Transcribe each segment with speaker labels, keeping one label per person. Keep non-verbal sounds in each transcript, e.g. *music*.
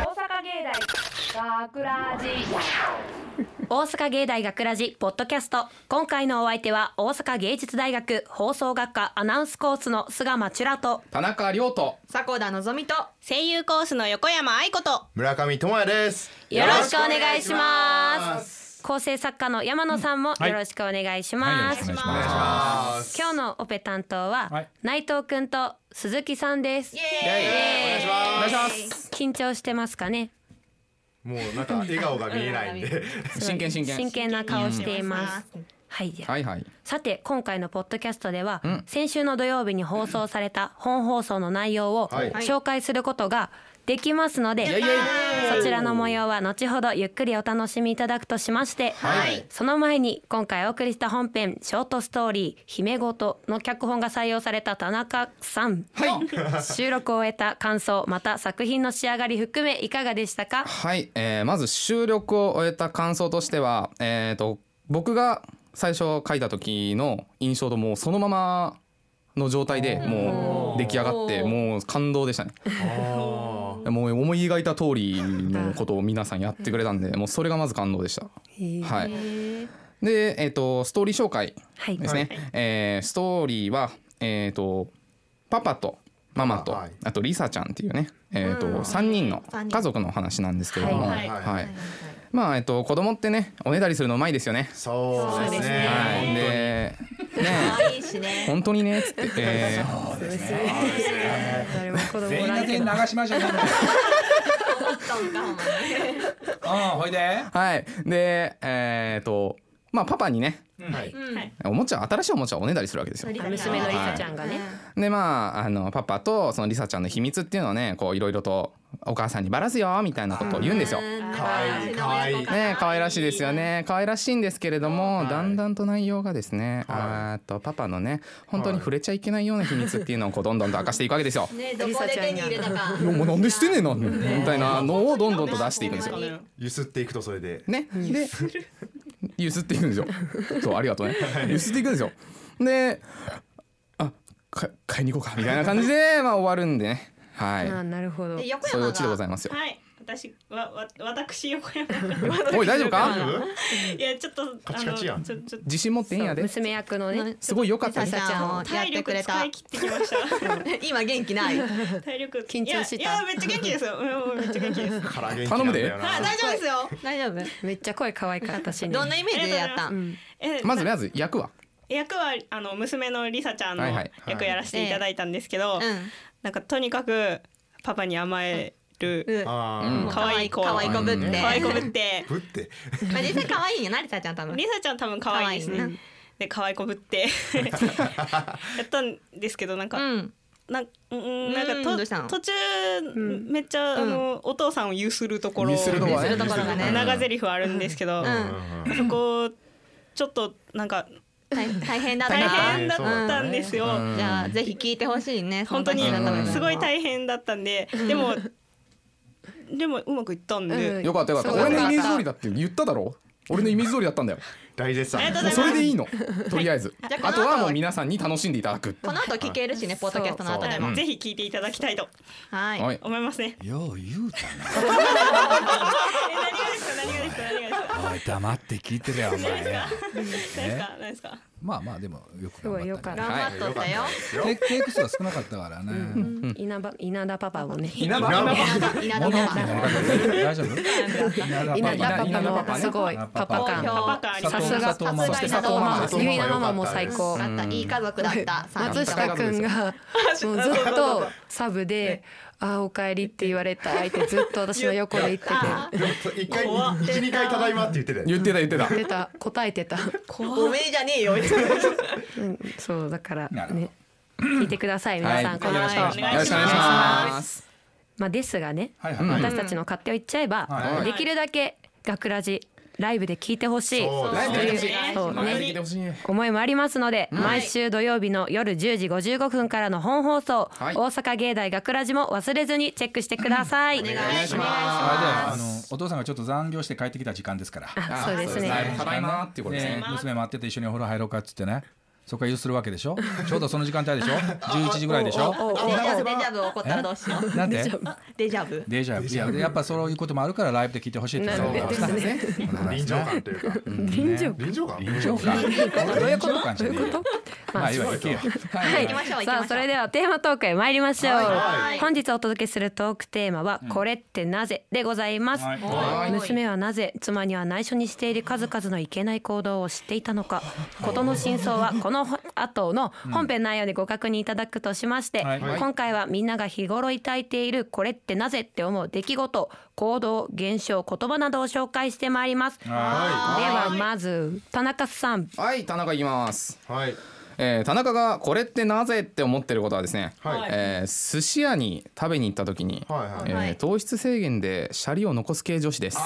Speaker 1: 大学ラジ
Speaker 2: 大阪芸大学ラジポッドキャスト今回のお相手は大阪芸術大学放送学科アナウンスコースの菅間チュラと
Speaker 3: 田中亮と
Speaker 4: 迫田のぞみと
Speaker 5: 声優コースの横山愛子と
Speaker 6: 村上智也です。。
Speaker 2: よろしくお願いします構成作家の山野さんも
Speaker 3: い
Speaker 2: よろしくお願いします、
Speaker 3: はい、よろしくお願いします
Speaker 2: 今日のオペ担当は、
Speaker 3: はい
Speaker 2: 内藤くんと鈴木さんです
Speaker 6: お願いします。
Speaker 2: 緊張してますかね
Speaker 6: もうなんか笑顔が見えないんで。
Speaker 3: 真剣真剣
Speaker 2: 真剣な顔しています、はいじゃあ
Speaker 3: はいはい
Speaker 2: さて今回のポッドキャストでは、先週の土曜日に放送された本放送の内容を
Speaker 6: はい
Speaker 2: 紹介することができますので、
Speaker 3: イエイイエイ
Speaker 2: そちらの模様は後ほどゆっくりお楽しみいただくとしまして、
Speaker 6: はい
Speaker 2: その前に今回お送りした本編「ショートストーリー姫ごと」の脚本が採用された田中さん、収録を終えた感想また作品の仕上がり含めいかがでしたか
Speaker 3: はい、えー、まず収録を終えた感想としてはえー、と僕が最初書いた時の印象ともうそのままの状態でもう出来上がってもう感動でしたね
Speaker 6: *laughs*
Speaker 3: もう思い描いた通りのことを皆さんやってくれたんでもうそれがまず感動でしたはいでえっ、とストーリー紹介
Speaker 2: はい
Speaker 3: ですね、えーストーリーは、えー、とパパとママと、
Speaker 6: はい
Speaker 3: あとリサちゃんっていうね、えーと3人の
Speaker 4: 三人
Speaker 3: 家族の話なんですけれども、
Speaker 2: はい
Speaker 6: はい
Speaker 3: はいまあ、えー、と子供ってねおねだりするのうまいですよね。
Speaker 6: そうですね。
Speaker 3: はい、でねえ
Speaker 4: いいしね
Speaker 3: 本当にねっつって、えー
Speaker 2: 誰も子供
Speaker 7: 全員
Speaker 2: ら
Speaker 7: だ
Speaker 2: んけ
Speaker 7: け
Speaker 2: ど
Speaker 7: 流しましょう。
Speaker 4: 思ったんかほんまに
Speaker 7: うん、ほいで。
Speaker 3: はいでえっ、とまあパパにね
Speaker 6: はい。
Speaker 3: おもちゃ新しいおもちゃをおねだりするわけですよ。
Speaker 2: 娘のリサちゃんがね、
Speaker 3: でまああのパパとそのリサちゃんの秘密っていうのをねこういろいろとお母さんにばらすよみたいなことを言うんですよ。
Speaker 6: 可愛い可愛い。
Speaker 3: ね可愛らしいですよね可愛らしいんですけれども、だんだんと内容がですね、あーっとパパのね本当に触れちゃいけないような秘密っていうのをこうどんどんと明かしていくわけですよ。
Speaker 4: ねどこで手に入れたか
Speaker 3: いやも *laughs* うなんでしてんねんなみたいなのをどんどんと出していくんですよ。
Speaker 6: ゆすっていくとそれで。
Speaker 3: ね、でゆすっていくんですよ。そうありがとうね。ゆすっていくんですよ。であか買いに行こうかみたいな感じでまあ終わるんでねはい。
Speaker 2: あなるほど
Speaker 4: で横
Speaker 3: そういう
Speaker 4: 山
Speaker 3: オチでござい
Speaker 4: が
Speaker 3: ますよ。
Speaker 5: はい私わわ私横
Speaker 3: *laughs*
Speaker 5: 山
Speaker 3: おい大丈夫か？
Speaker 5: いやちょっとあの
Speaker 6: カチカチやん
Speaker 5: ちょちょ
Speaker 3: 自信持っていいんやで。
Speaker 2: 娘役のね
Speaker 3: すごい良かった
Speaker 4: リ
Speaker 3: ね
Speaker 4: サ。ちゃんをやっ
Speaker 5: 体
Speaker 4: てく
Speaker 5: 力
Speaker 4: れ
Speaker 5: 使
Speaker 4: た
Speaker 5: い切ってきました
Speaker 4: 今元気ない
Speaker 5: 体力
Speaker 2: 緊張してた
Speaker 5: いやいやめっちゃ元気ですようんうんめっちゃ元気
Speaker 3: *laughs*
Speaker 5: です
Speaker 6: から元気なんだよな。
Speaker 5: あ大丈夫ですよ
Speaker 4: 大丈夫
Speaker 2: めっちゃ声可愛かったしね
Speaker 4: どんなイメージでやったん
Speaker 5: え
Speaker 3: まずまず役は。
Speaker 5: 役はあの娘のリサちゃんの
Speaker 3: はいはい
Speaker 5: 役やらせていただいたんですけ
Speaker 4: う
Speaker 5: ど、
Speaker 4: ん
Speaker 5: なんかとにかくパパに甘える、
Speaker 6: あ
Speaker 5: 可愛い子
Speaker 4: 可愛い子ぶって
Speaker 5: 可愛い子ぶって
Speaker 6: あ。ぶって。
Speaker 4: まあ実際可愛いよなりさちゃん多分
Speaker 5: リサちゃん多分可愛いです
Speaker 4: 可
Speaker 5: ね
Speaker 4: 愛いね
Speaker 5: で可愛い子ぶって
Speaker 3: *laughs*
Speaker 5: やったんですけどなんか、
Speaker 4: うん
Speaker 5: なんうんなんか
Speaker 4: うん
Speaker 5: と
Speaker 4: どうしたの
Speaker 5: 途中、めっちゃ、あのお父さんをゆするところ
Speaker 3: ゆするところ
Speaker 4: ゆ
Speaker 3: ね
Speaker 4: するところがね
Speaker 5: 長台詞はあるんですけど、
Speaker 4: ん
Speaker 5: そこちょっとなんか
Speaker 4: 大大変だった
Speaker 5: 大変だっ
Speaker 6: そうだね
Speaker 5: たんですよ。
Speaker 4: じゃあぜひ聞いてほしいね
Speaker 5: 本当に
Speaker 4: その時のため
Speaker 5: すごい大変だったんで、でもでもうまくいったんで、
Speaker 3: よかったよかった。
Speaker 2: そう
Speaker 3: 俺のイメージ通りだって言っただろ。俺のイメージ通りだったんだよ。
Speaker 6: 大絶賛。
Speaker 3: もうそれでいいの。とりあえず。
Speaker 4: じゃあ
Speaker 3: あ
Speaker 4: この後
Speaker 3: とはもう皆さんに楽しんでいただく。
Speaker 4: この後聞けるしねポッドキャストの後でも
Speaker 5: ぜひ聞いていただきたいと
Speaker 4: はい
Speaker 3: はい。
Speaker 5: 思いますね。
Speaker 8: よう言うた
Speaker 5: え何がですか何がですか何がですか
Speaker 8: な。おい黙って聞いてるやお前や。
Speaker 5: 何ですか何ですか。
Speaker 8: まあまあでもよく
Speaker 2: すごい良
Speaker 8: 頑
Speaker 2: か
Speaker 8: 張
Speaker 2: っ
Speaker 8: ったたね。
Speaker 4: 頑張っとったよ
Speaker 8: テイクテイク数は少なかったからね。
Speaker 2: 稲葉稲田パパをね
Speaker 3: 稲葉稲葉
Speaker 4: 稲田パパ
Speaker 8: 大丈夫？
Speaker 2: 稲田
Speaker 3: 稲田
Speaker 2: パパ
Speaker 3: パパ
Speaker 2: の
Speaker 3: ね
Speaker 2: すごいパ
Speaker 8: パ
Speaker 2: パ
Speaker 8: パ
Speaker 2: 感
Speaker 5: パパ感ありま
Speaker 2: さ
Speaker 5: す。
Speaker 2: すが
Speaker 8: 佐藤ママ
Speaker 2: さすが佐藤
Speaker 6: 佐
Speaker 2: ママ
Speaker 6: 藤ママ
Speaker 2: ゆいなママも最高
Speaker 4: だったいい家族だった三人
Speaker 2: 松下くんがもうずっ
Speaker 4: *laughs*
Speaker 2: とサブで「あーおかえり」って言われた相手ずっと私の横で言ってて
Speaker 6: でも一回一二回ただいまって言ってたよ。
Speaker 3: 言ってた言ってた。
Speaker 2: 出た答えてた
Speaker 4: おめえじゃねえよ
Speaker 2: そうだから
Speaker 8: なるほど
Speaker 2: ね聞いてください皆さ
Speaker 3: は
Speaker 2: ん
Speaker 3: い
Speaker 2: この後
Speaker 5: よろしくお願いします
Speaker 3: よろしくお願いします。
Speaker 2: まあですがね
Speaker 8: はいはい
Speaker 2: 私たちの勝手を言っちゃえば
Speaker 8: はい
Speaker 2: できるだけ学ラジライブで聞いてほしい
Speaker 6: そう
Speaker 3: ライブで
Speaker 5: そうですね
Speaker 2: そうね
Speaker 3: ライブで来てほしい。
Speaker 2: 思いもありますので、毎週土曜日の夜10時55分からの本放送、
Speaker 3: はい
Speaker 2: 大阪芸大学ラジも忘れずにチェックしてください。お願
Speaker 3: お願い
Speaker 8: あ
Speaker 3: し
Speaker 8: れ
Speaker 3: ま
Speaker 8: だよあのお父さんがちょっと残業して帰ってきた時間ですから。
Speaker 2: そうです
Speaker 3: す。は
Speaker 2: ね。
Speaker 3: いただいまーっていうことですね。
Speaker 8: ね娘待ってて一緒にお風呂入ろうかっつってね。そこから移動するわけでしょちょうどその時間帯でしょ11時ぐらいでしょ
Speaker 4: デジャブデジャブ起こったらどうしよう
Speaker 8: なんで
Speaker 4: デジャブ
Speaker 8: デジャブいややっぱそういうこともあるからライブで聞いてほしいって
Speaker 2: なんでですね。
Speaker 6: 臨場感というか
Speaker 8: 臨場
Speaker 6: 臨場感
Speaker 8: 臨場感どういうことどういうことまあいいわ行けよはい
Speaker 4: 行きましょう行きましょう
Speaker 2: さあそれではテーマトークへ参りましょう、
Speaker 6: はい
Speaker 2: 本日お届けするトークテーマは「これってなぜ?」でございます、
Speaker 8: はい
Speaker 4: はい
Speaker 2: 娘はなぜ妻には内緒にしている数々のいけない行動を知っていたのか事の真相はこの後の本編内容でご確認いただくとしまして、
Speaker 8: はい
Speaker 2: 今回はみんなが日頃抱いている「これってなぜ?」って思う出来事行動現象言葉などを紹介してまいりますで
Speaker 8: は
Speaker 2: はまず田中さん
Speaker 3: はい田中いきます、
Speaker 6: はい
Speaker 3: えー、田中がこれってなぜって思ってることはですね、
Speaker 6: はい
Speaker 3: えー寿司屋に食べに行った時に、
Speaker 6: はいはい
Speaker 3: えー
Speaker 4: はい
Speaker 3: 糖質制限でシャリを残す系女子です
Speaker 6: あ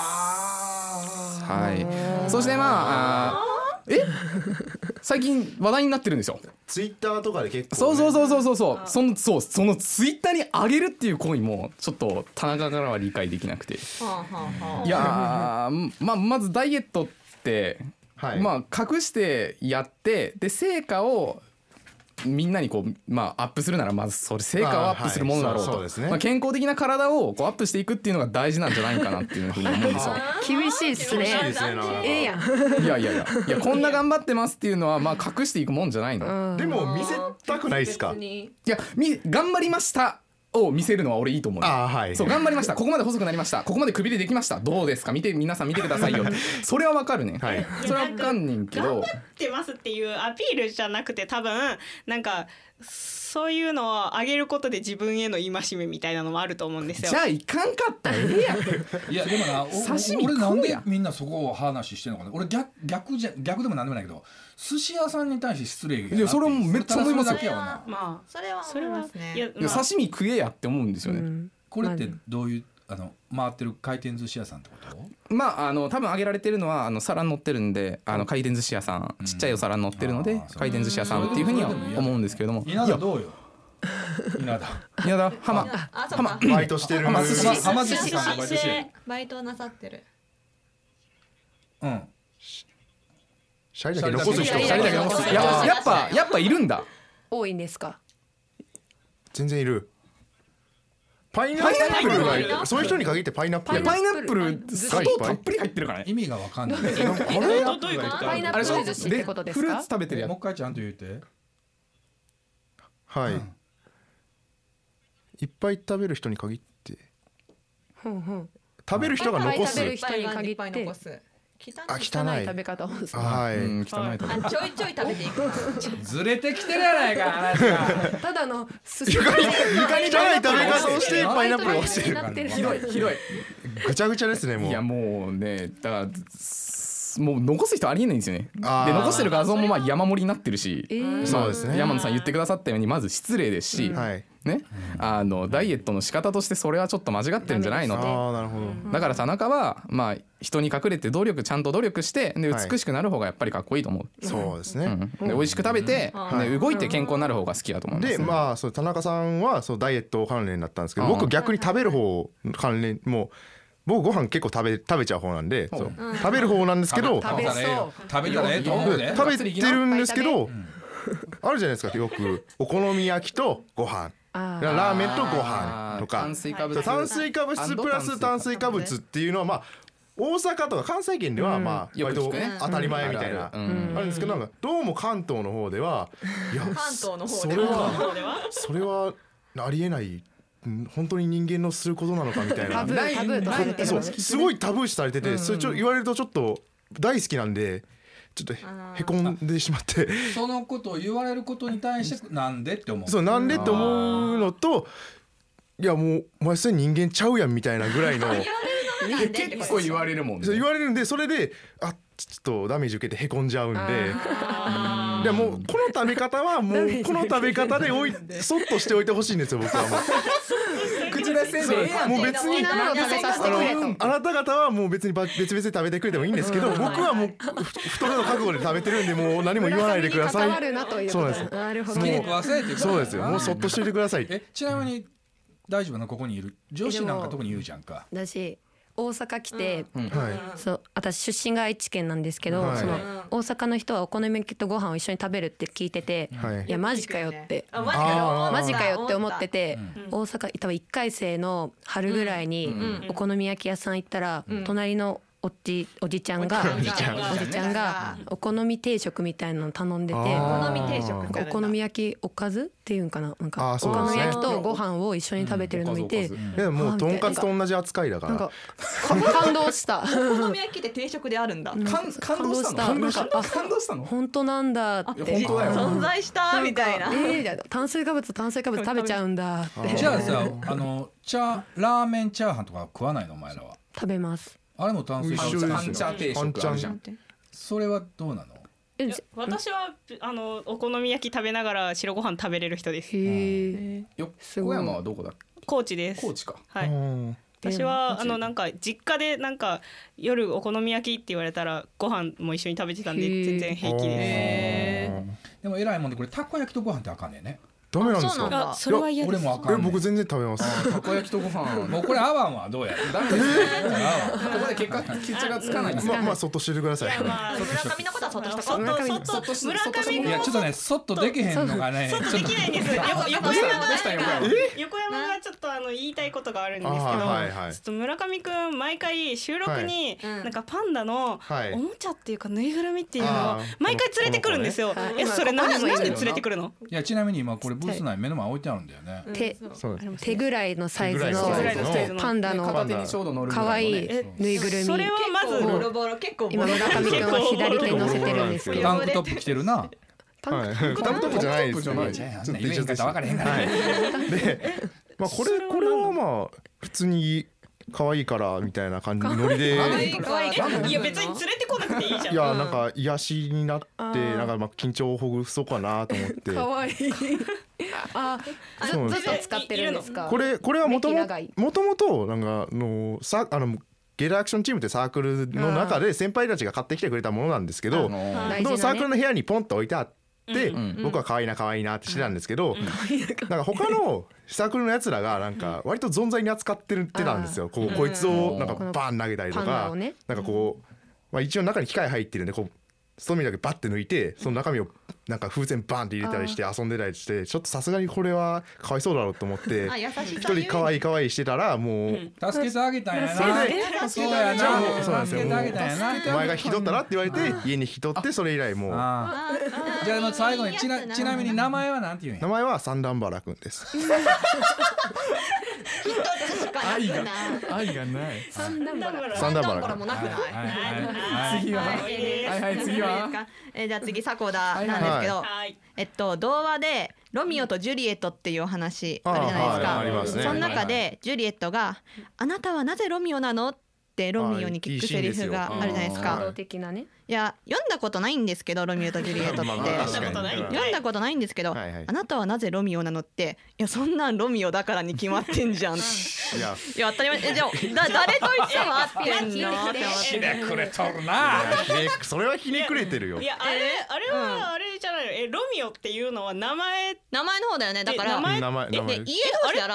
Speaker 3: はいそしてまああーえ最近話題になってるんですよ
Speaker 6: ツイッターとかで結構
Speaker 3: そうそう
Speaker 6: う
Speaker 3: そうそうそうそうそのそうそのツイッターに上げるっていう行為もちょっと田中からは理解できなくて
Speaker 4: はあはあはい
Speaker 3: やーまあまずダイエットって、
Speaker 6: はい
Speaker 3: まあ隠してやってで成果をみんなにこうまあアップするならまずそれ成果をアップするものだろう
Speaker 6: あーはいそうそう
Speaker 3: と
Speaker 6: ですね
Speaker 3: まあ健康的な体をこうアップしていくっていうのが大事なんじゃないかなっていうふうに思うん
Speaker 6: *laughs*
Speaker 3: ですよ。
Speaker 2: 厳しいです
Speaker 6: 厳
Speaker 2: ね
Speaker 6: しいですねなんか
Speaker 2: ええやん
Speaker 3: いやいやいやいやこんな頑張ってますっていうのはまあ隠していくもんじゃないの。
Speaker 6: でも見せたくないですか
Speaker 3: いやみ頑張りましたを見せるのは俺いいと思うよ。
Speaker 6: あーはい
Speaker 3: そう頑張りましたここまで細くなりましたここまでくびれできましたどうですか見て皆さん見てくださ
Speaker 6: *laughs*
Speaker 3: いよそれはわかるね、
Speaker 6: はい
Speaker 3: それはわかんねんけど
Speaker 5: ってますっていうアピールじゃなくて多分なんかそういうのを上げることで自分への戒めみたいなのもあると思うんですよ
Speaker 3: じゃあいかんかったらえ
Speaker 2: *laughs*
Speaker 3: えやん
Speaker 8: いやでもなお
Speaker 3: 刺身
Speaker 8: 俺
Speaker 3: 食
Speaker 8: なん
Speaker 3: う
Speaker 8: で
Speaker 3: やん
Speaker 8: みんなそこを話してんのかな俺逆逆じゃ逆でもなんでもないけど寿司屋さんに対して失礼やない
Speaker 3: やそれはもうめっちゃ思います
Speaker 8: それただそれ
Speaker 3: よ
Speaker 8: だけやわな
Speaker 5: まあ
Speaker 4: それは
Speaker 5: そ
Speaker 4: 思い
Speaker 5: れは
Speaker 4: ますね
Speaker 5: いや、
Speaker 3: いや
Speaker 5: まあ
Speaker 3: 刺身食えやって思うんですよね、
Speaker 8: これってどういうあの回ってる回転寿司屋さんってこと
Speaker 3: まああの多分揚げられてるのはあの皿に乗ってるんであの回転寿司屋さん、ちっちゃいお皿に乗ってるの
Speaker 8: あ
Speaker 3: で
Speaker 8: ーそう
Speaker 3: 回転寿司屋さんっていうふうには思うんですけれどもいや
Speaker 8: 稲田どうよ稲田
Speaker 3: やだ浜
Speaker 4: あそうか
Speaker 6: バイトしてる
Speaker 3: あまあ寿司
Speaker 6: ま
Speaker 8: 浜寿司さんのバイトしてる
Speaker 4: バイトなさってる
Speaker 8: うん
Speaker 6: シャリだけ残す人
Speaker 8: シャリ
Speaker 3: シャリだけ残すいややっぱやっぱいるんだ
Speaker 2: 多いんですか
Speaker 6: 全然いるパイナップルがいるそういう人に限ってパイナップ
Speaker 3: パ
Speaker 6: ル
Speaker 3: イナップル砂糖たっぷり入ってるからね
Speaker 8: 意味がわかんない
Speaker 3: あれ
Speaker 5: どどういうこと
Speaker 2: パイナ
Speaker 3: あれ
Speaker 2: ップル
Speaker 3: で
Speaker 2: 寿司
Speaker 3: しょ
Speaker 2: って
Speaker 3: で
Speaker 2: ことです
Speaker 3: フルー
Speaker 2: か
Speaker 3: ツ食べてるや
Speaker 8: もう
Speaker 3: つ
Speaker 8: 一回ちゃんと言って
Speaker 6: はい、いっぱい食べる人に限って
Speaker 2: ふんふん
Speaker 6: 食べる人が残す
Speaker 2: いっぱい食べる人に限って
Speaker 4: ぱい残す汚い
Speaker 6: あ汚
Speaker 2: 汚い
Speaker 6: い
Speaker 2: 食べ方をする
Speaker 6: はい、
Speaker 3: うん汚いと思う
Speaker 4: あちょいちょい食べていく
Speaker 8: ずれてきてるやないか話が
Speaker 2: ただの寿司
Speaker 6: 床に汚い食べ方をしてパイナップルをしてる
Speaker 2: なってる
Speaker 3: *laughs* ひどいひどい
Speaker 6: ぐちゃぐちゃですねもう
Speaker 3: いやもうねだからすもう残す人ありえないんですよねで
Speaker 6: あー
Speaker 3: 残してる画像もまあ山盛りになってるし、
Speaker 2: えー
Speaker 6: そうですね
Speaker 3: 山野さん言ってくださったようにまず失礼ですし、
Speaker 6: はい
Speaker 3: ね、あのダイエットの仕方としてそれはちょっと間違ってるんじゃない
Speaker 6: あ
Speaker 3: のと
Speaker 6: あなるほど、
Speaker 3: だから田中はまあ人に隠れて努力ちゃんと努力してで
Speaker 6: はい
Speaker 3: 美しくなる方がやっぱりかっこいいと思う、
Speaker 6: そうですね、
Speaker 3: うんで美味しく食べて、
Speaker 6: はい
Speaker 3: で動いて健康になる方が好きだと思います
Speaker 6: でまあそう田中さんはそうダイエット関連だったんですけど
Speaker 3: うん
Speaker 6: 僕逆に食べる方関連もう僕ご飯結構食べ食べちゃう方なんでそう食べる方なんですけど
Speaker 8: 食べたらええよ食べたらええと思うで
Speaker 6: 食べてるんですけどあるじゃないですかよくお好み焼きとご飯
Speaker 2: あ
Speaker 6: ラーメンとご飯とか
Speaker 3: 炭水化物
Speaker 6: 炭水化物プラス炭水化物っていうのはまあ大阪とか関西圏ではまあ
Speaker 3: よく
Speaker 6: 割
Speaker 3: 聞
Speaker 6: と
Speaker 3: くね
Speaker 6: 当たり前みたいな
Speaker 3: うん
Speaker 6: あるんですけどなんかどうも関東の方ではいや
Speaker 4: 関東の方
Speaker 6: そ
Speaker 4: で
Speaker 6: れ
Speaker 4: も
Speaker 6: はそれはありえないん本当に人間のすることなのかみたいな
Speaker 2: タブータブーとか言ってる
Speaker 6: そ
Speaker 2: の
Speaker 6: うすごいタブー視されててそれちょ言われるとちょっと大好きなんでちょっとへへこんでしまって
Speaker 8: そのことを言われることに対してなんでって思う
Speaker 6: そうなんでって思うのといやもうお前それ人間ちゃうやんみたいなぐらいの
Speaker 3: 結構言われるもんね
Speaker 6: そう言われるんでそれであちょっとダメージ受けてへこんじゃうんで。いやもうこの食べ方
Speaker 4: *laughs*
Speaker 6: はもうこの食べ方でおいそっとしておいてほしいんですよ僕はもう
Speaker 3: 口出せんでえ
Speaker 4: *laughs*
Speaker 3: えやん
Speaker 6: もう別に
Speaker 4: 好きなのを食べさせてくれと
Speaker 6: あのあなた方はもう別にば別々で食べてくれてもいいんですけど僕はもうふ太るの覚悟で食べてるんでもう何も言わないでくだ
Speaker 4: *laughs*
Speaker 6: さ
Speaker 2: 関わる
Speaker 6: い
Speaker 2: なという
Speaker 6: そう
Speaker 2: こ
Speaker 6: なん
Speaker 2: と
Speaker 6: ですよ
Speaker 2: なるほ
Speaker 8: 好
Speaker 2: ど
Speaker 8: きに食わせっていうこと
Speaker 6: そうですよもうそっとしておいてください
Speaker 8: えちなみに大丈夫なのここにいる女子なんか特に言うじゃんか
Speaker 2: だし大阪来て、
Speaker 6: はい
Speaker 2: そう私出身が愛知県なんですけど、
Speaker 6: はい
Speaker 2: その大阪の人はお好み焼きとご飯を一緒に食べるって聞いてて、
Speaker 6: はい
Speaker 2: い、やマジかよって。
Speaker 4: あマジかよ
Speaker 6: あー
Speaker 2: マジかよって思ってて、
Speaker 5: うん
Speaker 2: 大阪多分1回生の春ぐらいに
Speaker 5: ん
Speaker 2: お好み焼き屋さん行ったら、
Speaker 4: ん
Speaker 2: 隣のおっちおじちゃんが
Speaker 4: おじちゃんが
Speaker 2: おじちゃんがお好み定食みたいなの頼んでて。
Speaker 4: 好
Speaker 6: あ
Speaker 4: み定食
Speaker 2: なんかお好み焼きおかずっていうんかななんか
Speaker 6: あー
Speaker 2: お
Speaker 6: そう
Speaker 2: 好
Speaker 6: です
Speaker 2: み
Speaker 6: ね
Speaker 2: 焼きとご飯を一緒に食べてるの見て
Speaker 3: おかずおか
Speaker 6: でもも
Speaker 2: あー
Speaker 6: うとんかつと同じ扱いだか
Speaker 2: なん
Speaker 6: ら
Speaker 2: か感動した
Speaker 4: お好み焼きって定食であるんだ
Speaker 8: 感感動したの
Speaker 2: 感動したなんかあ
Speaker 8: 感動したの
Speaker 2: 本当なんだっ
Speaker 8: いや
Speaker 2: て
Speaker 8: 本当だよ
Speaker 4: 存在したみたいな
Speaker 2: えーみたいな炭水化物と炭水化物食べちゃうんだって
Speaker 8: じゃあさあのチャラーメンチャーハンとか食わないのお前らは
Speaker 2: 食べます
Speaker 8: あれも炭水化
Speaker 6: 一緒
Speaker 8: 物
Speaker 6: ですよ
Speaker 8: カンチャー定
Speaker 6: 半ち
Speaker 8: 食
Speaker 6: ゃ
Speaker 8: あ
Speaker 6: ん
Speaker 8: るじゃんそれはどうなの
Speaker 2: え
Speaker 5: いや
Speaker 2: じ
Speaker 5: 私はあのお好み焼き食べながら白ご飯食べれる人です。
Speaker 2: へえすご
Speaker 3: 横
Speaker 2: い
Speaker 3: 山はどこだっけ
Speaker 5: 高知です。
Speaker 3: 高知か
Speaker 5: はい。
Speaker 6: うん
Speaker 5: 私はあのなんか実家でなんか夜お好み焼きって言われたらご飯も一緒に食べてたんで
Speaker 2: へー
Speaker 5: 全然平気です。
Speaker 8: でも偉いもんでこれたこ焼きとご飯ってあかんねんね
Speaker 6: ダメなんです
Speaker 4: そうなん
Speaker 6: か
Speaker 4: だ
Speaker 5: あそれは嫌で
Speaker 8: 俺
Speaker 5: す。
Speaker 8: もあか
Speaker 6: え
Speaker 8: んねん
Speaker 6: 僕全然食べます
Speaker 3: たこ焼きとご
Speaker 6: *laughs*
Speaker 3: 飯
Speaker 8: もうこれ合わんわどうやダメです
Speaker 3: ここで結果決着がつかないんです
Speaker 6: まあまあそっとしててください
Speaker 5: まあ
Speaker 4: 村上のことはそっと
Speaker 5: *laughs*
Speaker 4: した
Speaker 5: 外外村上
Speaker 8: いやちょっとねそっとできへんのがねちょっ
Speaker 5: 外できないん *laughs* ですよ。横横
Speaker 8: どうし
Speaker 5: 山
Speaker 8: たどうした横山
Speaker 5: が横山がちょっとあの言いたいことがあるんですけど、
Speaker 6: あーはいはい
Speaker 5: ちょっと村上くん毎回収録に
Speaker 4: はいうん
Speaker 5: なんかパンダの
Speaker 6: はい
Speaker 5: おもちゃっていうかぬいぐるみっていうのを
Speaker 6: あー
Speaker 5: 毎回連れてくるんです
Speaker 2: こ
Speaker 5: よ
Speaker 2: の。子ね
Speaker 5: えそれ何
Speaker 2: はい
Speaker 5: なんで
Speaker 2: まあ
Speaker 5: 連れてくるの？
Speaker 8: いやちなみに今これブース内目の前置いてあるんだよね
Speaker 2: 手
Speaker 6: そうなんです
Speaker 2: 手ぐらいのサイズの
Speaker 6: 手ぐ
Speaker 5: らいのサイズの
Speaker 2: パンダ
Speaker 3: 片
Speaker 2: の
Speaker 3: 手にちょうど乗るぐ
Speaker 2: 可
Speaker 3: らいの
Speaker 2: 愛い
Speaker 3: ね
Speaker 5: え
Speaker 2: ぬいぐるみ
Speaker 5: それはまず
Speaker 4: ボロボロ結構ボ
Speaker 2: 今
Speaker 4: ロ
Speaker 2: 村
Speaker 4: ボロ
Speaker 2: 上くんは左手に乗せてるんですけど
Speaker 8: タンクトップ着てるな
Speaker 2: パン
Speaker 6: はい、タンクトップじゃないですね。
Speaker 8: タンクトップじゃない言い方分からへんから
Speaker 6: はい。で、まあこれこれはまあ普通に可愛いからみたいな感じのノリで、い
Speaker 4: 可愛い可愛
Speaker 5: いや別に連れてこなくていいじゃん。
Speaker 6: やなんか癒しになってなんかまあ緊張をほぐそうかなと思って。
Speaker 2: 可愛いあず
Speaker 6: そうなん
Speaker 2: ず
Speaker 6: で
Speaker 2: っ
Speaker 6: す
Speaker 2: と使ってるんですか
Speaker 6: これこれはもと
Speaker 2: 歴
Speaker 6: もと
Speaker 2: 長い
Speaker 6: もともとなんかあのさあのゲラアクションチームってサークルの中で先輩たちが買ってきてくれたものなんですけど、
Speaker 3: あの
Speaker 2: 大
Speaker 6: で
Speaker 2: 事
Speaker 6: も
Speaker 2: な
Speaker 6: サークル
Speaker 2: ね
Speaker 6: の部屋にポンと置いてあっ
Speaker 5: う
Speaker 6: て、
Speaker 5: ん
Speaker 6: 僕は可愛いな可愛いなってしてたんですけど、 *laughs* なんか他のサークルのやつらがなんか割と存在に扱ってるってたんですよ。こうこいつをなんかバーン投げたりと
Speaker 2: パン
Speaker 6: か、
Speaker 2: ダをね
Speaker 6: なんかこうまあ一応中に機械入ってるんでこう。外見だけバッて抜いてその中身をなんか風船バーンって入れたりして遊んでたりしてちょっとさすがにこれはかわいそうだろうと思って
Speaker 4: あ優しさゆえに
Speaker 6: 一人可愛い可愛いしてたらもう
Speaker 8: 助けてあげたんやなそうや
Speaker 6: じゃあもうそうなん
Speaker 8: な
Speaker 6: で
Speaker 8: 助
Speaker 6: すよ
Speaker 8: けてあげたんやな
Speaker 6: お前が引き取ったらって言われて家に引き取ってそれ以来もう
Speaker 8: ああじゃあでも最後にちなちなみ
Speaker 6: *laughs*
Speaker 8: に名前はなんて言うん
Speaker 6: 名
Speaker 8: や
Speaker 6: 前は三段原くんです。
Speaker 4: 愛が
Speaker 3: 愛がない
Speaker 4: *laughs*
Speaker 6: 三段原
Speaker 4: これもなくない
Speaker 8: はいはいはい
Speaker 5: いです
Speaker 3: はいはい次は
Speaker 4: えーじゃあ次迫田なんですけど、
Speaker 5: はい。
Speaker 4: えっと童話でロミオとジュリエットっていうお話あるじゃ
Speaker 6: あー
Speaker 4: な
Speaker 6: はいいあり
Speaker 4: で
Speaker 6: ますす
Speaker 4: か。
Speaker 6: ね
Speaker 4: その中でジュリエットがあなたはなぜロミオなのってロミオに聞くセリフがあるじゃないです
Speaker 6: あーいいシーンですよ
Speaker 2: 感
Speaker 4: か
Speaker 2: 動。的なね
Speaker 4: いや読んだことないんですけどロミオとジュリエットっ
Speaker 6: *laughs* まあま
Speaker 4: て
Speaker 6: あ。
Speaker 5: そんなことない。
Speaker 6: 確かに
Speaker 4: 読んだことないんですけど、
Speaker 6: はいはい
Speaker 4: あなたはなぜロミオなのっていやそんなんロミオだからに決まってんじ *laughs* ゃんい
Speaker 6: いや
Speaker 4: や当たり前え *laughs* じゃあだ誰と言っても合ってんのって思って
Speaker 8: ひねくれとるな
Speaker 6: ひねそれはひねくれてるよ
Speaker 5: い。やあれあれはあれじゃないの。えロミオっていうのは名前って
Speaker 4: 名前の方だよねだか
Speaker 5: え名
Speaker 4: ら
Speaker 5: 前
Speaker 6: 名前
Speaker 4: え
Speaker 6: 名
Speaker 4: で家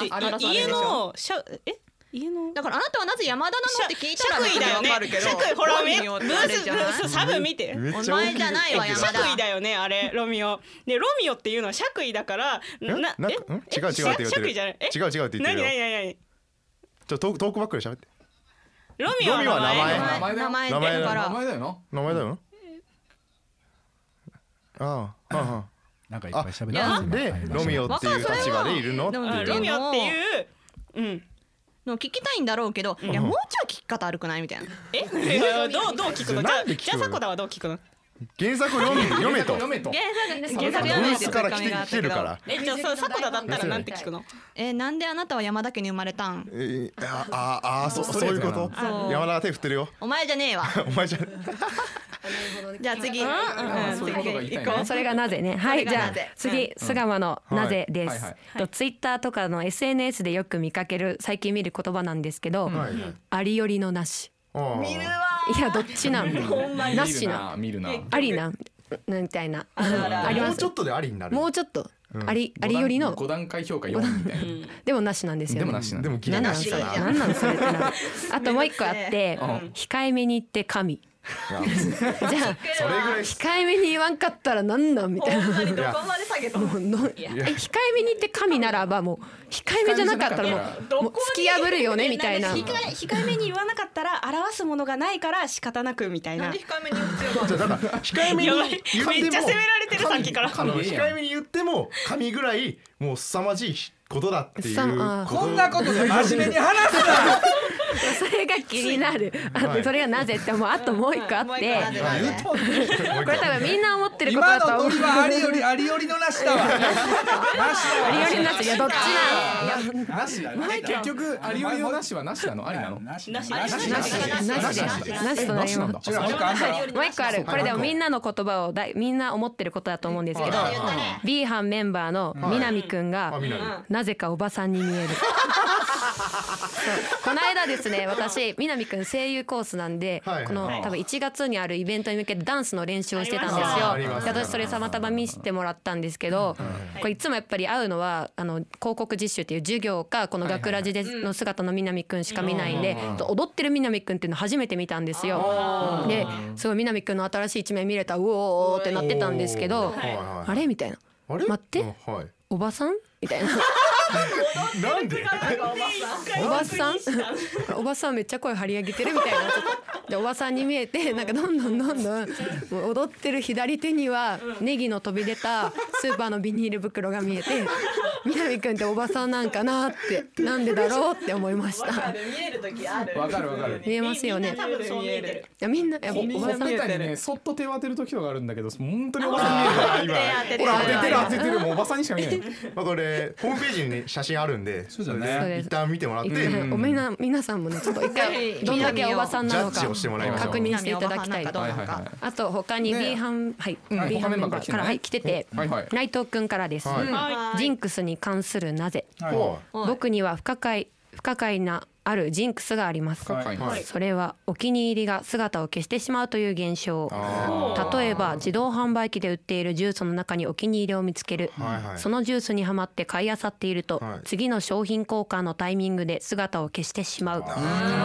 Speaker 6: 前
Speaker 4: 同。士で表表される
Speaker 5: 家
Speaker 4: でしょ
Speaker 5: のしゃえ家の
Speaker 4: だからあなたはなぜ山田なのって聞いたら
Speaker 5: 衣だよね
Speaker 4: わかるけ。ど
Speaker 5: 衣ほら
Speaker 4: ロ
Speaker 5: めブ
Speaker 4: ミオってあ
Speaker 5: ー
Speaker 4: れ
Speaker 5: ス
Speaker 4: じ
Speaker 5: ブ
Speaker 4: ゃない
Speaker 5: ースサブ見て。
Speaker 6: めっ
Speaker 4: お
Speaker 6: ちゃ大
Speaker 4: 前
Speaker 6: きい
Speaker 4: じゃないわ山
Speaker 5: 爵
Speaker 4: 田
Speaker 5: 位だよねあれロミオ。でロミオっていうのは爵位だから
Speaker 6: えなんかん違う違うって言われて
Speaker 5: 爵
Speaker 6: る。
Speaker 5: 位じゃない。え
Speaker 6: 違う違うって言って
Speaker 5: 何
Speaker 6: る
Speaker 5: 何
Speaker 6: よ。
Speaker 5: 何何。
Speaker 6: ちょっとトークトークバックで喋って。
Speaker 5: ロミオは
Speaker 6: ロミオは名前
Speaker 4: 名前名前
Speaker 6: 名前
Speaker 4: だ
Speaker 6: だよ
Speaker 4: か
Speaker 3: 名
Speaker 4: ら
Speaker 3: 前だよな
Speaker 6: 名前だよ。あああ
Speaker 8: なんかいっ
Speaker 6: あ
Speaker 8: ぱい
Speaker 6: ああ。
Speaker 8: 喋
Speaker 6: な
Speaker 8: っ
Speaker 6: ん
Speaker 8: て
Speaker 6: でロミオっていう立場でいるのって
Speaker 4: わ
Speaker 5: う
Speaker 4: か
Speaker 5: ん
Speaker 6: い
Speaker 4: る
Speaker 5: ロ
Speaker 6: う
Speaker 5: ミオっていう。うん。
Speaker 4: の聞きたいんだろうけどいやもうちょい聞き方悪くないみたいな
Speaker 5: えいやど
Speaker 6: *laughs*
Speaker 5: うどう聞くの？じゃ
Speaker 6: な
Speaker 5: あ
Speaker 6: んで聞くの
Speaker 5: じゃあ迫田はどう聞くの？
Speaker 6: 原作を読め読めと。
Speaker 3: 読めと
Speaker 4: 原
Speaker 6: ブ
Speaker 4: 作読めって
Speaker 6: ース
Speaker 4: いう
Speaker 6: から
Speaker 4: ツッコ
Speaker 6: 来
Speaker 4: ミ
Speaker 6: て
Speaker 4: があった
Speaker 6: 来
Speaker 4: け
Speaker 6: て
Speaker 4: ど
Speaker 6: るから。
Speaker 5: えじゃあそう迫田だったらなんて聞くの？
Speaker 4: えーなんであなたは山田家に生まれたん
Speaker 6: えーあああそうそういうこと。
Speaker 4: そう
Speaker 6: 山田が手振ってるよ。 *laughs*
Speaker 4: お前じゃねえわ
Speaker 6: お前じゃ。
Speaker 4: じゃあ次うん
Speaker 3: そういうことが言いたいね
Speaker 2: それがなぜね。は
Speaker 4: それ
Speaker 2: い、
Speaker 4: が
Speaker 2: じゃ
Speaker 4: な
Speaker 2: あ
Speaker 4: ぜ
Speaker 2: 次、巣鴨のなぜで
Speaker 3: はい
Speaker 2: す
Speaker 3: はい。
Speaker 2: とツイッターとかの SNS でよく見かける最近見る言葉なんですけど、
Speaker 6: はいはい
Speaker 2: ありよりのなし。
Speaker 6: ああ
Speaker 4: 見るわ
Speaker 2: いやどっちなん？なしな。
Speaker 3: 見るな見るな
Speaker 2: ありなんみたいな。
Speaker 4: ら
Speaker 2: あり
Speaker 6: も
Speaker 2: ま
Speaker 6: うち
Speaker 2: す
Speaker 6: ょ。っとでありになる。
Speaker 2: もうちょっと。ありありよりの
Speaker 3: 5段階評価4みたいな
Speaker 2: でもなしなんですよね
Speaker 3: でもなしなん
Speaker 6: でもギリ
Speaker 2: 何
Speaker 6: な
Speaker 2: なんんそ
Speaker 6: です
Speaker 2: れ
Speaker 6: よ
Speaker 2: 何なんそれってなあともう一個あって
Speaker 3: うん
Speaker 2: 控えめに言って神 *laughs* じゃあ
Speaker 5: それぐらい
Speaker 2: 控えめに言わんかったらなんなんみたいな
Speaker 5: ほんまにどこまで下げたの
Speaker 2: もうのえ控えめに言って神ならばもう控えめじゃなかったらもうもう突き破るよねみたいな
Speaker 5: 控え控えめに言わなかったら表すものがないから仕方なくみたいな。
Speaker 4: 控えめに言ってるわ
Speaker 6: じゃあだから控えめに
Speaker 5: やばい
Speaker 6: 言っても
Speaker 5: めっちゃ責められてるさっきから
Speaker 6: あの控えめに言っても神ぐらいもう凄まじいことだっていう
Speaker 2: さあー
Speaker 6: と
Speaker 8: こんなことで真面目に話すな
Speaker 2: それが気になるあ
Speaker 6: はい
Speaker 2: それがなぜってもうあともう一個あっ
Speaker 4: もう一個
Speaker 2: て
Speaker 4: ある
Speaker 8: あ言うとんね
Speaker 6: もう一
Speaker 2: これ多分みんな思ってること
Speaker 8: 今
Speaker 2: だと
Speaker 8: の
Speaker 2: 思う
Speaker 8: ノリはありよりありよりのなし
Speaker 2: *laughs*
Speaker 8: だわなしだ
Speaker 2: あ
Speaker 8: わ
Speaker 2: りよりになっちゃういやどっちなん
Speaker 8: なしだ
Speaker 3: 結局ありよりのなしはなしなのありなの
Speaker 8: なし
Speaker 5: なし
Speaker 8: なし
Speaker 5: な
Speaker 2: なしなしですなしとな
Speaker 3: な
Speaker 2: り
Speaker 3: しな
Speaker 2: ま
Speaker 3: ん
Speaker 2: す
Speaker 3: だ
Speaker 8: 違うもう一個あんだろ
Speaker 2: もう一個あるこれでもみんなの言葉をだいみんな思ってることだと思うんですけど
Speaker 6: はい
Speaker 8: 言ったね
Speaker 2: B 班メンバーの南くんが
Speaker 6: あみなり
Speaker 2: なぜかおばさんに見えるそうこの間ですね私南くん声優コースなんで、
Speaker 6: はい
Speaker 2: この多分1月にあるイベントに向けてダンスの練習をしてたんです
Speaker 6: あり
Speaker 2: よ
Speaker 6: まし
Speaker 2: で
Speaker 6: たね
Speaker 2: 私それさまたま見せてもらったんですけど、これいつもやっぱり会うのはあの広告実習っていう授業かこの学ラジでの姿の南くんしか見ないんで、踊ってる南くんっていうの初めて見たんですよ。ですごい南くんの新しい一面見れたうおーってなってたんですけど、
Speaker 6: はいはい
Speaker 2: あれみたいな
Speaker 6: あれ
Speaker 2: 待って
Speaker 6: うんはい
Speaker 2: おばさんみたいな。
Speaker 6: なんで
Speaker 5: *laughs*
Speaker 2: おばさん *laughs* おばさんめっちゃ声張り上げてるみたいなちょっとでおばさんに見えてなんかどんどんどんどんもう踊ってる左手にはネギの飛び出たスーパーのビニール袋が
Speaker 5: *laughs*
Speaker 2: 見えて南くんっておばさんなんかなってなんでだろうって思いま
Speaker 5: *laughs*
Speaker 2: したい
Speaker 5: 見える時ある
Speaker 8: わかるわかる
Speaker 2: 見えますよね
Speaker 5: みんな多分そう見えてる。
Speaker 2: やみんなやっぱおばさん
Speaker 3: 舞台にねそっと手を当てる時とかあるんだけど本当におばさんに見える
Speaker 6: あ今
Speaker 5: 手当て
Speaker 3: ほら当ててる当ててるもうおばさんにしか見えない
Speaker 6: まあこれホームページにね写真あるんで
Speaker 8: そうだよ
Speaker 2: そう
Speaker 8: ね
Speaker 2: です
Speaker 6: 一旦見てもらってジャ
Speaker 2: おみな皆さんもねちょっと一回どんだけおばさんなの
Speaker 6: ッジ
Speaker 2: か
Speaker 6: をしてもらいましょう
Speaker 2: 確認していただきたい
Speaker 4: 南はおばさんなんかどうなの
Speaker 3: はいはい
Speaker 4: か
Speaker 3: はい
Speaker 2: あと他に B 班はい
Speaker 3: うん
Speaker 2: B
Speaker 3: 他
Speaker 2: 班
Speaker 3: メ
Speaker 2: メ
Speaker 3: ン
Speaker 2: ン
Speaker 3: バ
Speaker 2: バ
Speaker 3: ーから
Speaker 2: ー
Speaker 3: 来て
Speaker 2: か
Speaker 3: ね
Speaker 2: らはい来てて
Speaker 3: はいはい
Speaker 2: 内藤くんからです
Speaker 6: はい
Speaker 2: ジンクスに関するなぜ
Speaker 8: はい
Speaker 6: おう
Speaker 2: 僕には不可解不可解なあるジンクスがあります
Speaker 8: はいはい
Speaker 6: はい
Speaker 2: それはお気に入りが姿を消してしまうという現象
Speaker 6: あ
Speaker 2: 例えば自動販売機で売っているジュースの中にお気に入りを見つける、
Speaker 6: はいはい
Speaker 2: そのジュースにはまって買い漁っていると、
Speaker 6: はい
Speaker 2: 次の商品交換のタイミングで姿を消してしまう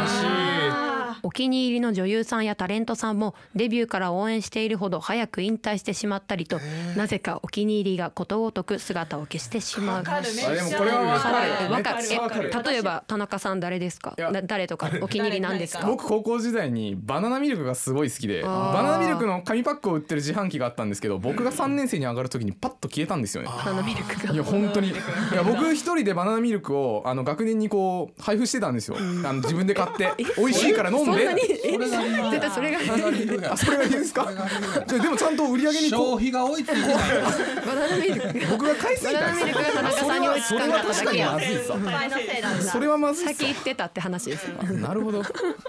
Speaker 6: あ
Speaker 2: お気に入りの女優さんやタレントさんもデビューから応援しているほど早く引退してしまったりとなぜかお気に入りがことごとく姿を消してしまう。
Speaker 8: あでもこれはわかるよ
Speaker 2: わ
Speaker 8: めっ
Speaker 2: かる
Speaker 8: ちゃわかる
Speaker 2: え例えば田中さん誰ですか
Speaker 3: いや
Speaker 2: な誰とかお気に入りなんですか
Speaker 3: 僕高校時代にバナナミルクがすごい好きで
Speaker 2: あー
Speaker 3: バナナミルクの紙パックを売ってる自販機があったんですけど僕が3年生に上がる時にパッと消えたんですよね。
Speaker 2: バナナミルク
Speaker 3: い
Speaker 2: が
Speaker 3: や本当にいや僕一人でバナナミルクをあの学年にこう配布してたんですよあの自分で買って美味しいから飲ん
Speaker 2: そん
Speaker 3: で
Speaker 2: なにえ
Speaker 8: れが理由
Speaker 2: 絶対それが
Speaker 8: それが理由や
Speaker 3: あそれがいいですか
Speaker 8: それが理由や
Speaker 3: じゃあでもちゃんと売り上げにこ
Speaker 8: 消費が多いって言うじゃないか
Speaker 2: バナナミルク
Speaker 3: う僕が買いすぎ
Speaker 2: バ
Speaker 3: た
Speaker 2: ナナ
Speaker 3: ん
Speaker 2: ミ
Speaker 3: で
Speaker 2: ル
Speaker 3: す
Speaker 2: ク
Speaker 3: よ
Speaker 2: が田中さんに追いつかんかっただけや
Speaker 3: それは確かにまずいさ
Speaker 5: お前のせいだ
Speaker 3: それはまずいっす
Speaker 2: 先行ってたって話です
Speaker 3: なるほど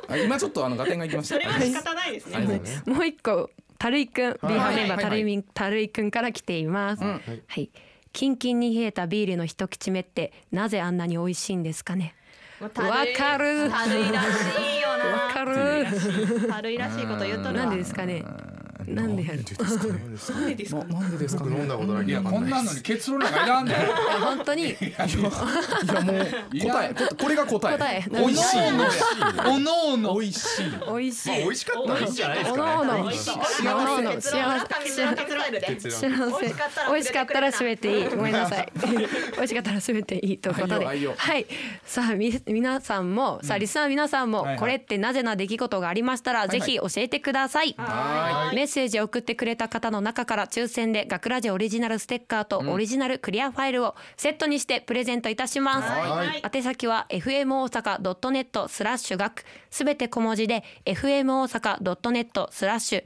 Speaker 3: あ今ちょっとあの合点がいきまし
Speaker 5: そ
Speaker 2: *laughs*
Speaker 3: た
Speaker 5: れは仕方ないですね。
Speaker 2: もう一個たるいくんビーハメンバー
Speaker 3: はい
Speaker 2: たるいみんたるいくんから来ていますはいキンキンに冷えたビールの一口目ってなぜあんなに美味しいんですかねわかるわ
Speaker 4: たるいらしいよな
Speaker 2: かる
Speaker 4: たるいらしいこと言っとる
Speaker 2: な
Speaker 4: わ
Speaker 2: んでですかねなんでやる
Speaker 3: ななんでですか
Speaker 6: 僕飲ん
Speaker 3: ね
Speaker 6: だことない
Speaker 8: い
Speaker 6: け
Speaker 8: や
Speaker 6: ど
Speaker 8: こんなのに結論なんかい *laughs* らんで
Speaker 2: 本当に
Speaker 3: いやもう答えここれが答え
Speaker 2: 答え
Speaker 3: 美味しい
Speaker 8: おのおの
Speaker 3: 美味しい
Speaker 2: 美味し
Speaker 6: 美
Speaker 2: い
Speaker 6: 味しかったらいいんじゃないです
Speaker 2: お
Speaker 6: か
Speaker 2: のおのおのおの
Speaker 6: ね
Speaker 2: 幸せ幸せ
Speaker 6: 結論
Speaker 2: 美味しかったら全ていいごめんなさ *laughs* い美味しかったら全ていいということで
Speaker 3: 愛用愛用
Speaker 2: はいさあみ皆さんもさあリスナーの皆さんも
Speaker 8: はいはい
Speaker 2: これってなぜな出来事がありましたら
Speaker 3: いは
Speaker 2: ぜ
Speaker 3: い
Speaker 2: ひ教えてくださいメッセージを送ってくれた方の中から抽選で学ラジオオリジナルステッカーとオリジナルクリアファイルをセットにしてプレゼントいたします
Speaker 6: はい
Speaker 2: 宛先は fm 大阪 .net スラッシュ学すべて小文字で fm 大阪 .net スラッシュ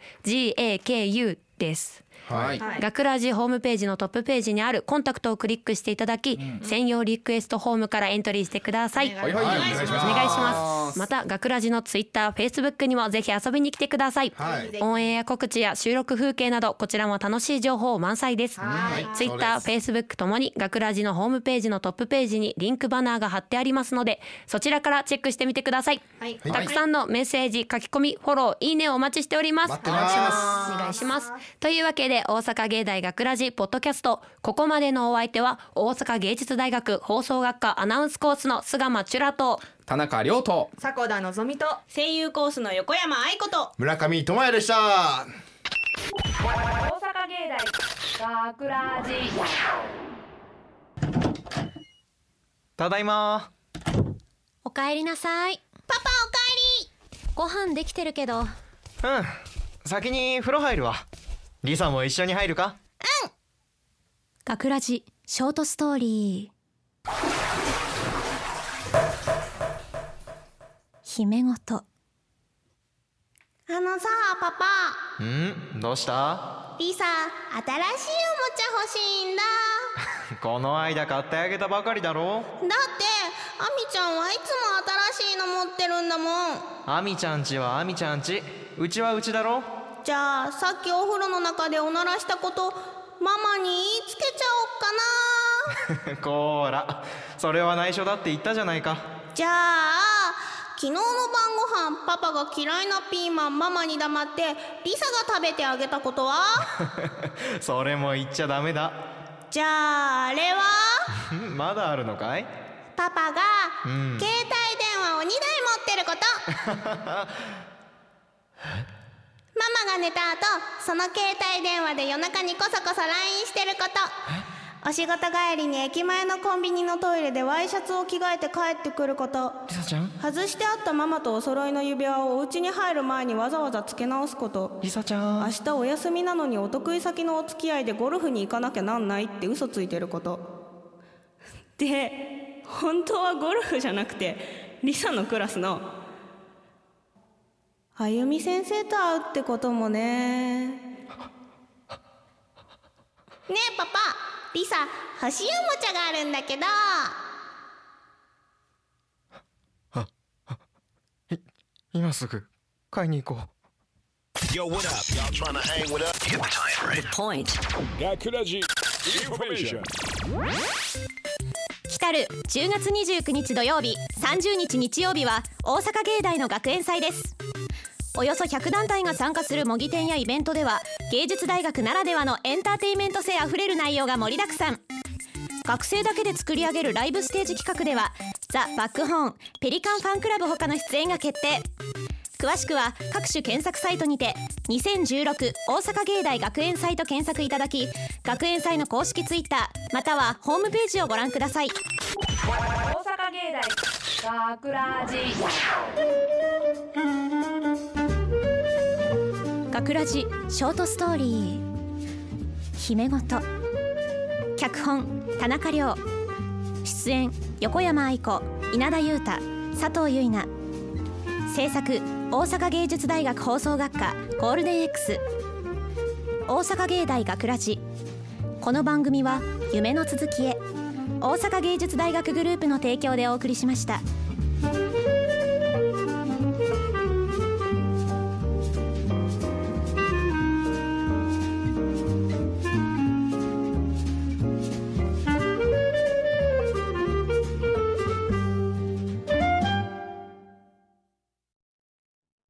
Speaker 2: GAKU です
Speaker 6: はい
Speaker 2: 学ラジホームページのトップページにあるコンタクトをクリックしていただき、専用リクエストフォームからエントリーしてください。お願いし
Speaker 3: はいはい
Speaker 2: ます。また学ラジのツイッター、フェイスブックにもぜひ遊びに来てください。
Speaker 6: はい
Speaker 2: オンエア告知や収録風景などこちらも楽しい情報満載です。ツイッター、フェイスブックともに学ラジのホームページのトップページにリンクバナーが貼ってありますので、そちらからチェックしてみてください。
Speaker 4: はい
Speaker 2: たくさんのメッセージ、書き込み、フォロー、いいねをお待ちしております。
Speaker 6: 待ってます
Speaker 2: お願いします。というわけけで大阪芸大学ラジポッドキャストここまでのお相手は大阪芸術大学放送学科アナウンスコースの菅間チュラと
Speaker 3: 田中亮と
Speaker 4: 迫田のぞみと
Speaker 5: 声優コースの横山愛子と
Speaker 6: 村上智也でした
Speaker 1: 大阪芸大学ラジ
Speaker 7: ただいま
Speaker 9: おかえりなさい
Speaker 10: パパおかえり
Speaker 9: ご飯できてるけど
Speaker 7: うん先に風呂入るわリサも一緒に入るか
Speaker 9: 学ラジショートストーリー姫ごと
Speaker 10: あのさパパ
Speaker 7: んどうした
Speaker 10: リサ新しいおもちゃ欲しいんだ
Speaker 7: *laughs* この間買ってあげたばかりだ
Speaker 10: だっ
Speaker 7: ろ
Speaker 10: てアミちゃんはいつも新しいの持ってるんだもん
Speaker 7: アミちゃんちはアミちゃんちうちはうちだろ
Speaker 10: じゃあさっきお風呂の中でおならしたことママに言いつけちゃおっか
Speaker 7: *laughs* こーらそれは内緒だって言ったじゃないか
Speaker 10: なじゃあ昨日の晩ご飯パパが嫌いなピーマンママに黙ってリサが食べてあげたことは
Speaker 7: *laughs* それも言っちゃダメだ
Speaker 10: じゃああれは
Speaker 7: ん *laughs* まだあるのかい
Speaker 10: パパが携帯
Speaker 7: ん
Speaker 10: 電話を2台持ってること
Speaker 5: *laughs*
Speaker 10: ママが寝た後その携帯電話で夜中にこそこそ LINE してることお仕事帰りに駅前のコンビニのトイレでワイシャツを着替えて帰ってくること
Speaker 7: リサちゃん
Speaker 10: 外してあったママとお揃いの指輪をお家に入る前にわざわざ付け直すこと
Speaker 7: リサちゃ
Speaker 10: 明
Speaker 7: ん
Speaker 10: 日お休みなのにお得意先のお付き合いでゴルフに行かなきゃなんないって嘘ついてることで本当はゴルフじゃなくてリサのクラスのあゆみ先生と会うってこともねねえパパリサ欲しいおもちゃがあるんだけど
Speaker 7: 今すぐ買いに行こう
Speaker 11: information.
Speaker 9: 来る10月29日土曜日30日日曜日は大阪芸大の学園祭ですおよそ100団体が参加する模擬店やイベントでは芸術大学ならではのエンターテインメント性あふれる内容が盛りだくさん学生だけで作り上げるライブステージ企画では「ザ・バックホーン」「ペリカンファンクラブ」他の出演が決定詳しくは各種検索サイトにて「2016大阪芸大学園祭」と検索いただき学園祭の公式ツイッターまたはホームページをご覧ください
Speaker 1: 大阪芸大学ラジ
Speaker 9: 学ラジショートストーリー姫ごと脚本田中亮出演横山愛子稲田裕太佐藤結菜制作大阪芸術大学放送学科ゴールデン X 大阪芸大学ラジこの番組は夢の続きへ大阪芸術大学グループの提供でお送りしました。